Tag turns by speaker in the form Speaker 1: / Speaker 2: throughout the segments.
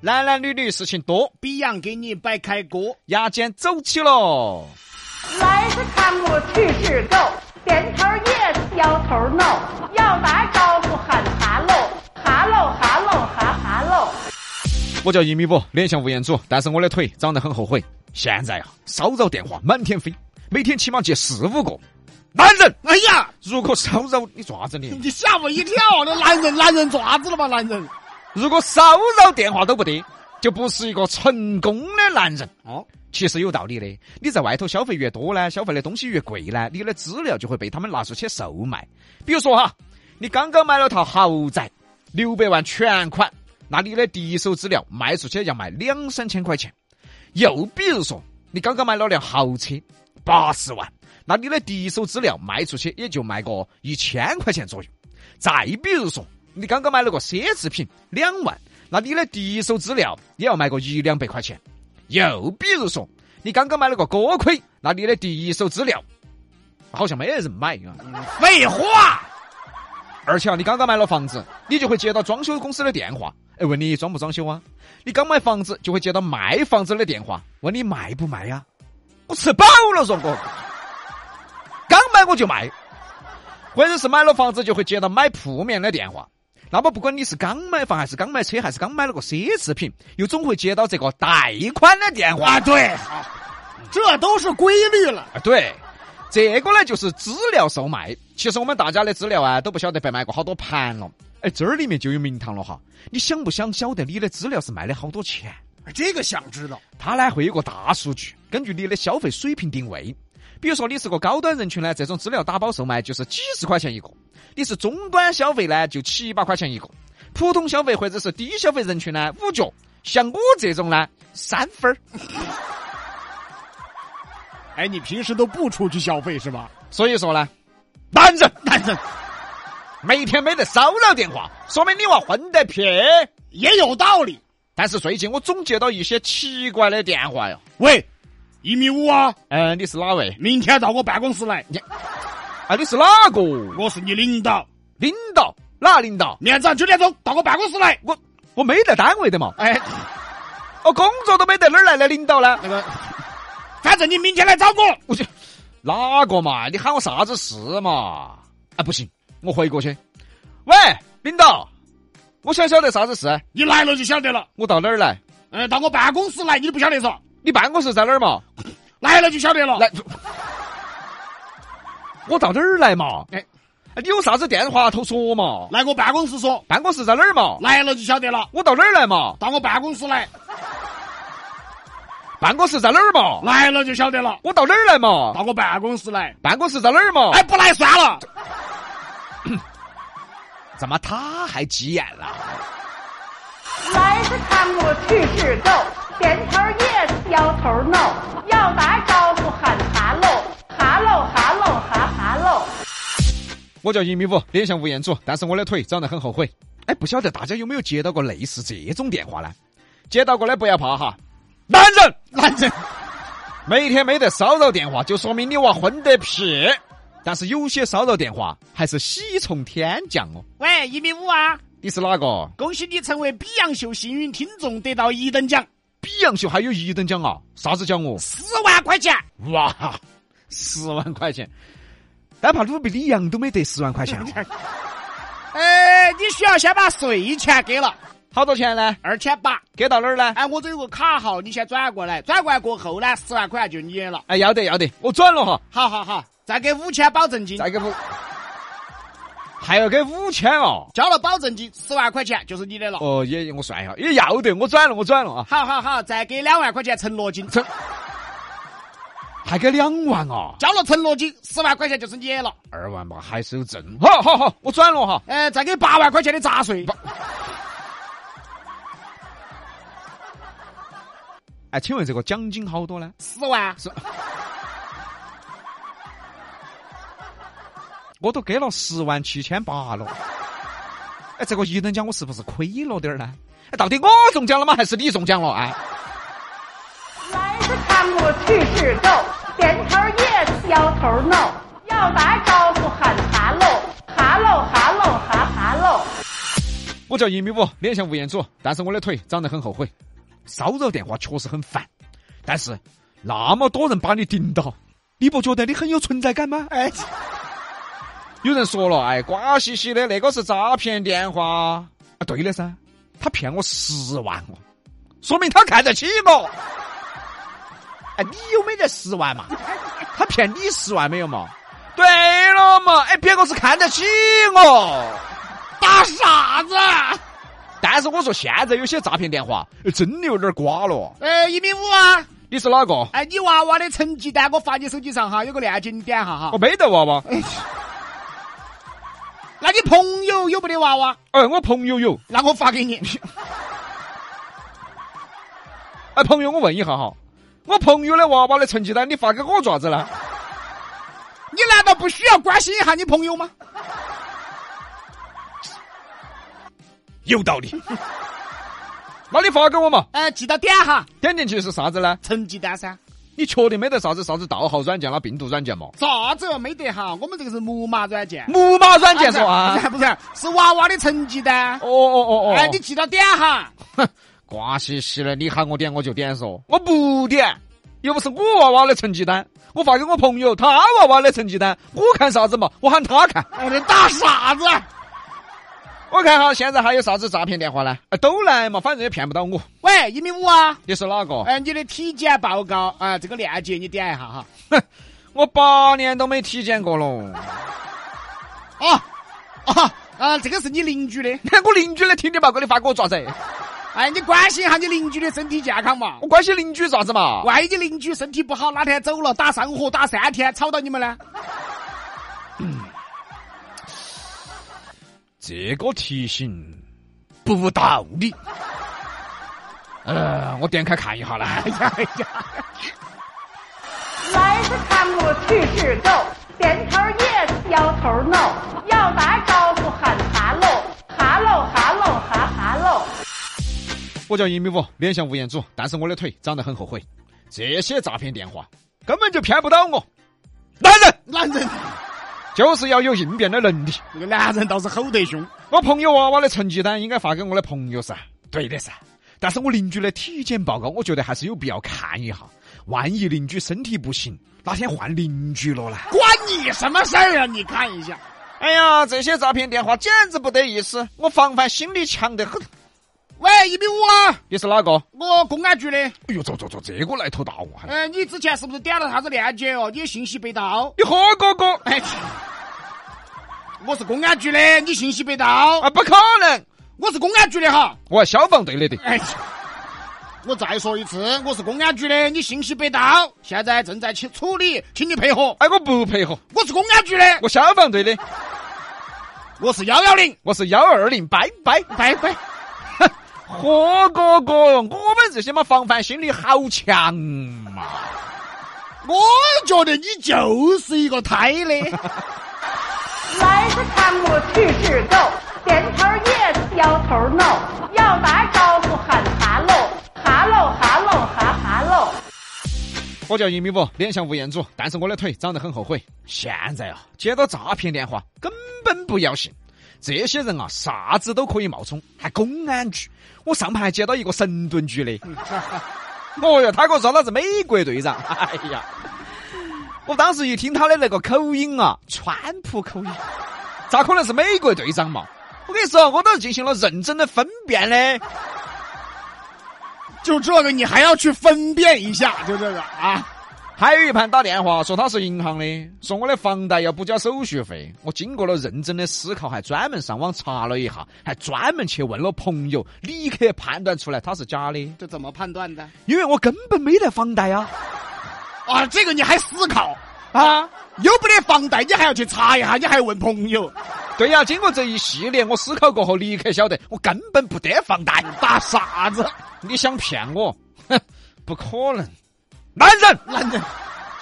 Speaker 1: 男男女女事情多，
Speaker 2: 比洋给你摆开锅。
Speaker 1: 牙尖走起喽！
Speaker 3: 来是看我去是够，点头 yes，摇头 no，要打招呼喊哈喽，哈喽哈喽哈哈喽。
Speaker 1: 我叫一米五，脸像吴彦祖，但是我的腿长得很后悔。现在啊，骚扰电话满天飞，每天起码接四五个。男人，
Speaker 2: 哎呀，
Speaker 1: 如果骚扰你做啥子呢？
Speaker 2: 你吓我一跳！那男人，男人爪子了吧？男人，
Speaker 1: 如果骚扰电话都不得，就不是一个成功的男人哦。其实有道理的，你在外头消费越多呢，消费的东西越贵呢，你的资料就会被他们拿出去售卖。比如说哈，你刚刚买了套豪宅，六百万全款，那你的第一手资料卖出去要卖两三千块钱。又比如说，你刚刚买了辆豪车，八十万，那你的第一手资料卖出去也就卖个一千块钱左右。再比如说，你刚刚买了个奢侈品，两万，那你的第一手资料也要卖个一两百块钱。又比如说，你刚刚买了个锅盔，那你的第一手资料好像没人买啊。
Speaker 2: 废话，
Speaker 1: 而且啊，你刚刚买了房子，你就会接到装修公司的电话，哎，问你装不装修啊？你刚买房子就会接到卖房子的电话，问你卖不卖呀、我吃饱了，说我刚买我就卖，或者是买了房子就会接到买铺面的电话。那么不管你是刚买房还是刚买车还是刚买了个奢侈品，又总会接到这个贷款的电话。
Speaker 2: 啊，对，这都是规律了。
Speaker 1: 啊，对，这个呢就是资料售卖。其实我们大家的资料啊，都不晓得被卖过好多盘了。哎，这儿里面就有名堂了哈。你想不想晓得你的资料是卖的好多钱？
Speaker 2: 哎这个想知道，
Speaker 1: 它呢会有个大数据，根据你的消费水平定位。比如说你是个高端人群呢，这种资料打包售卖就是几十块钱一个；你是中端消费呢，就七八块钱一个；普通消费或者是低消费人群呢，五角。像我这种呢，三分儿。
Speaker 2: 哎，你平时都不出去消费是吧？
Speaker 1: 所以说呢，男人
Speaker 2: 男人
Speaker 1: 每天没得骚扰电话，说明你娃混得撇。
Speaker 2: 也有道理。
Speaker 1: 但是最近我总接到一些奇怪的电话哟。
Speaker 2: 喂，一米五啊，
Speaker 1: 嗯、你是哪位？
Speaker 2: 明天到我办公室来，
Speaker 1: 啊，你是哪个？
Speaker 2: 我是你领导。
Speaker 1: 领导？哪领导？
Speaker 2: 明天早上九点钟到我办公室来。
Speaker 1: 我我没得单位的嘛，
Speaker 2: 哎，
Speaker 1: 我工作都没得，哪儿来的领导呢？
Speaker 2: 那个，反正你明天来找我。
Speaker 1: 我就哪个嘛？你喊我啥子事嘛？啊，不行，我回过去。喂，领导，我想晓得啥子事？
Speaker 2: 你来了就晓得了。
Speaker 1: 我到哪儿来？
Speaker 2: 呃，到我办公室来，你不晓得嗦？
Speaker 1: 你办公室在哪儿嘛？
Speaker 2: 来了就晓得了。
Speaker 1: 来，我到哪儿来嘛？哎，你有啥子电话头说嘛？
Speaker 2: 来我办公室说，
Speaker 1: 办公室在哪儿嘛？
Speaker 2: 来了就晓得了。
Speaker 1: 我到哪儿来嘛？
Speaker 2: 到我办公室来，
Speaker 1: 办公室在哪儿嘛？
Speaker 2: 来了就晓得了。
Speaker 1: 我到哪儿来嘛？
Speaker 2: 到我办公室来，
Speaker 1: 办公室在哪儿嘛？
Speaker 2: 哎，，不来算了。
Speaker 1: 怎么他还急眼了？
Speaker 3: 来是看我去是够，点头 yes，摇头 no，要打招呼喊哈喽，哈喽哈喽哈哈喽。
Speaker 1: 我叫一米五，脸像吴彦祖，但是我的腿长得很后悔。哎，不晓得大家有没有接到过类似这种电话呢？接到过的不要怕哈，男人，
Speaker 2: 男人，
Speaker 1: 每天没得骚扰电话，就说明你娃混得撇。但是有些骚扰电话还是喜从天降哦。
Speaker 2: 喂，一米五啊，
Speaker 1: 你是哪个？
Speaker 2: 恭喜你成为比洋秀幸运听众，得到一等奖
Speaker 1: 比洋秀还有一等奖啊？啥子奖哦？
Speaker 2: 四万块钱。
Speaker 1: 哇，十万块钱！哪怕鲁比里昂都没得十万块钱、啊
Speaker 2: 呃，你需要先把税钱给了，
Speaker 1: 好多钱呢？
Speaker 2: 二千八。
Speaker 1: 给到哪儿呢？
Speaker 2: 哎，我这有个卡号，你先转过来，转过来过后呢，十万块就你了。
Speaker 1: 哎，要得要得，我转了哈，
Speaker 2: 好好好，再给五千保证金，
Speaker 1: 再给我，还要给五千哦。
Speaker 2: 交了保证金，十万块钱就是你的了。
Speaker 1: 哦，也我算一下，也要得，我转了我转了啊，
Speaker 2: 好好好，再给两万块钱承诺金，
Speaker 1: 还给两万啊，
Speaker 2: 交了承诺金，十万块钱就是你的了。
Speaker 1: 二万吧，还是有挣。好好好，我转了哈，
Speaker 2: 呃，再给八万块钱的杂税，
Speaker 1: 哎，请问这个奖金好多呢？
Speaker 2: 十万，
Speaker 1: 是，我都给了十万七千八了。哎，这个一等奖我是不是亏了点儿呢？哎，到底我中奖了吗？还是你中奖了？哎，
Speaker 3: 来是看我去是逗，点头 yes，摇头 no，要打招呼喊哈喽，哈喽哈喽哈哈喽。
Speaker 1: 我叫一米五，脸像吴彦祖，但是我的腿长得很后悔。骚扰电话确实很烦，但是那么多人把你顶到，你不觉得你很有存在感吗？哎，有人说了，哎，瓜兮兮的那个是诈骗电话啊，对的噻，他骗我十万哦，说明他看得起我。哎，你有没得十万嘛？他骗你十万没有嘛？对了嘛，哎，别个是看得起我。打傻子。但是我说现在有些诈骗电话呃真的有点瓜了。哦
Speaker 2: 呃，一米五啊。
Speaker 1: 你是哪个？
Speaker 2: 哎，你娃娃的成绩单我发你手机上哈，有个链接你点下哈
Speaker 1: 我。没得娃娃。
Speaker 2: 那你朋友有没得娃娃？
Speaker 1: 哎，我朋友有。
Speaker 2: 那我发给你。
Speaker 1: 哎，朋友，我问一下哈，我朋友的娃娃的成绩单你发给我做啥子呢？
Speaker 2: 你难道不需要关心一下你朋友吗？
Speaker 1: 有道理。 那你发给我嘛，
Speaker 2: 哎，记得点哈，
Speaker 1: 点进去是啥子呢？
Speaker 2: 成绩单噻。
Speaker 1: 你确定没得啥子啥子盗号软件啦、病毒软件嘛？
Speaker 2: 啥子又没得哈，我们这个是木马软件。
Speaker 1: 木马软件是吧？
Speaker 2: 啊不是，是娃娃的成绩单。
Speaker 1: 哦哦啊哦哦！
Speaker 2: 哎，你记到点哈。
Speaker 1: 瓜兮兮的，你喊我点我就点嗦，我不点，又不是我娃娃的成绩单，我发给我朋友他娃娃的成绩单，我看啥子嘛，我喊他看，
Speaker 2: 哎，你打傻子！
Speaker 1: 我看哈现在还有啥子诈骗电话呢？啊都来嘛，反正也骗不到我。
Speaker 2: 喂，一米五啊！
Speaker 1: 你是哪个？
Speaker 2: 哎，你的体检报告啊、这个链接你点一下哈。
Speaker 1: 我八年都没体检过了，
Speaker 2: 哦，哦，啊，这个是你邻居的。
Speaker 1: 看我邻居的体检报告，你发给我做啥子？
Speaker 2: 哎，你关心一下你邻居的身体健康嘛。
Speaker 1: 我关心邻居啥子嘛？
Speaker 2: 万一你邻居身体不好，哪天走了打上火打三天，吵到你们呢？
Speaker 1: 这个提醒不道理。呃，我点开看一下 啦。
Speaker 2: 哎呀哎呀！
Speaker 3: 来是看我去是逗，点头 yes，摇头 no，要打招呼喊哈喽，哈喽哈喽哈哈喽。
Speaker 1: 我叫一米五，脸像吴彦祖，但是我的腿长得很后悔。这些诈骗电话根本就骗不到我。男人
Speaker 2: 男人，
Speaker 1: 就是要有应变的能力。
Speaker 2: 这个男人倒是吼得凶。
Speaker 1: 我朋友娃娃的成绩单应该发给我的朋友噻，对的噻。但是我邻居的体检报告，我觉得还是有必要看一下。万一邻居身体不行，哪天换邻居了呢？
Speaker 2: 关你什么事儿啊？你看一下，
Speaker 1: 哎呀，这些诈骗电话简直不得意思，我防范心理强得很。
Speaker 2: 喂，一米五啊，
Speaker 1: 你是哪个？
Speaker 2: 我公安局的。
Speaker 1: 哎呦，走走走，这个来头大哦！还
Speaker 2: 呃，你之前是不是点了啥子链接哦？你的信息被盗。
Speaker 1: 你何哥哥？
Speaker 2: 哎，我是公安局的，你信息被盗。
Speaker 1: 啊，不可能！
Speaker 2: 我是公安局的哈。
Speaker 1: 我消防队的的。
Speaker 2: 哎，我再说一次，我是公安局的，你信息被盗，现在正在去处理，请你配合。
Speaker 1: 哎，我不配合，
Speaker 2: 我是公安局的，
Speaker 1: 我消防队的，
Speaker 2: 我是幺幺零，
Speaker 1: 我是幺二零，拜拜。
Speaker 2: 拜拜。
Speaker 1: 何哥哥，我们这些嘛防范心理好强嘛。
Speaker 2: 我觉得你就是一个胎的。
Speaker 3: 来是看我去是逗，点头 yes，摇头 no，要打招呼喊哈喽，哈喽哈喽哈哈喽。
Speaker 1: 我叫一米五，脸像吴彦祖，但是我的腿长得很后悔。现在啊，接到诈骗电话根本不要信，这些人啊，啥子都可以冒充，还公安局。我上盘还接到一个神盾局的， 哦哟，他给我说他是美国队长， 哎呀，我当时一听他的那个口音啊，川普口音，咋可能是美国队长嘛？我跟你说，我都是进行了认真的分辨的。
Speaker 2: 就这个，你还要去分辨一下，就这个啊。
Speaker 1: 还有一盘打电话说他是银行的，说我的房贷要补交手续费。我经过了认真的思考，还专门上网查了一下，还专门去问了朋友，立刻判断出来他是假的，
Speaker 2: 这怎么判断的？
Speaker 1: 因为我根本没得房贷啊！
Speaker 2: 啊，这个你还思考？
Speaker 1: 啊，
Speaker 2: 有没得房贷，你还要去查一下，你还要问朋友，
Speaker 1: 对呀、经过这一系列我思考过后，立刻晓得我根本不得房贷。
Speaker 2: 打傻子。
Speaker 1: 你想骗我？哼，不可能，男人，男人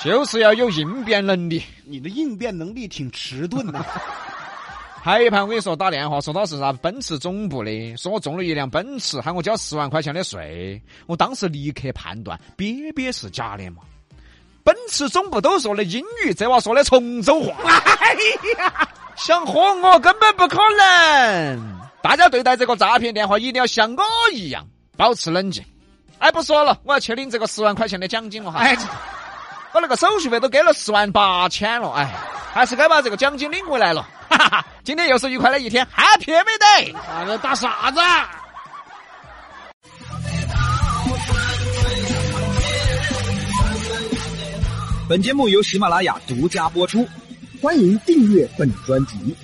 Speaker 1: 就是要有应变能力。
Speaker 2: 你的应变能力挺迟钝的。
Speaker 1: 还有一盘我跟你说打电话说他是啥奔驰总部的，说我中了一辆奔驰，喊我交十万块钱的税。我当时立刻判断瘪瘪是假的嘛。奔驰总部都说的英语，这娃说的崇州话。哎呀，想唬我根本不可能。大家对待这个诈骗电话一定要像我一样保持冷静。哎，不说了，我要去领这个十万块钱的奖金了哈。
Speaker 2: 哎，
Speaker 1: 我那个手续费都给了十万八千了，哎，还是该把这个奖金领回来了。哈哈，今天又是愉快的一天，Happy Every Day。
Speaker 2: 打的打啥子啊？
Speaker 4: 本节目由喜马拉雅独家播出。
Speaker 5: 欢迎订阅本专辑。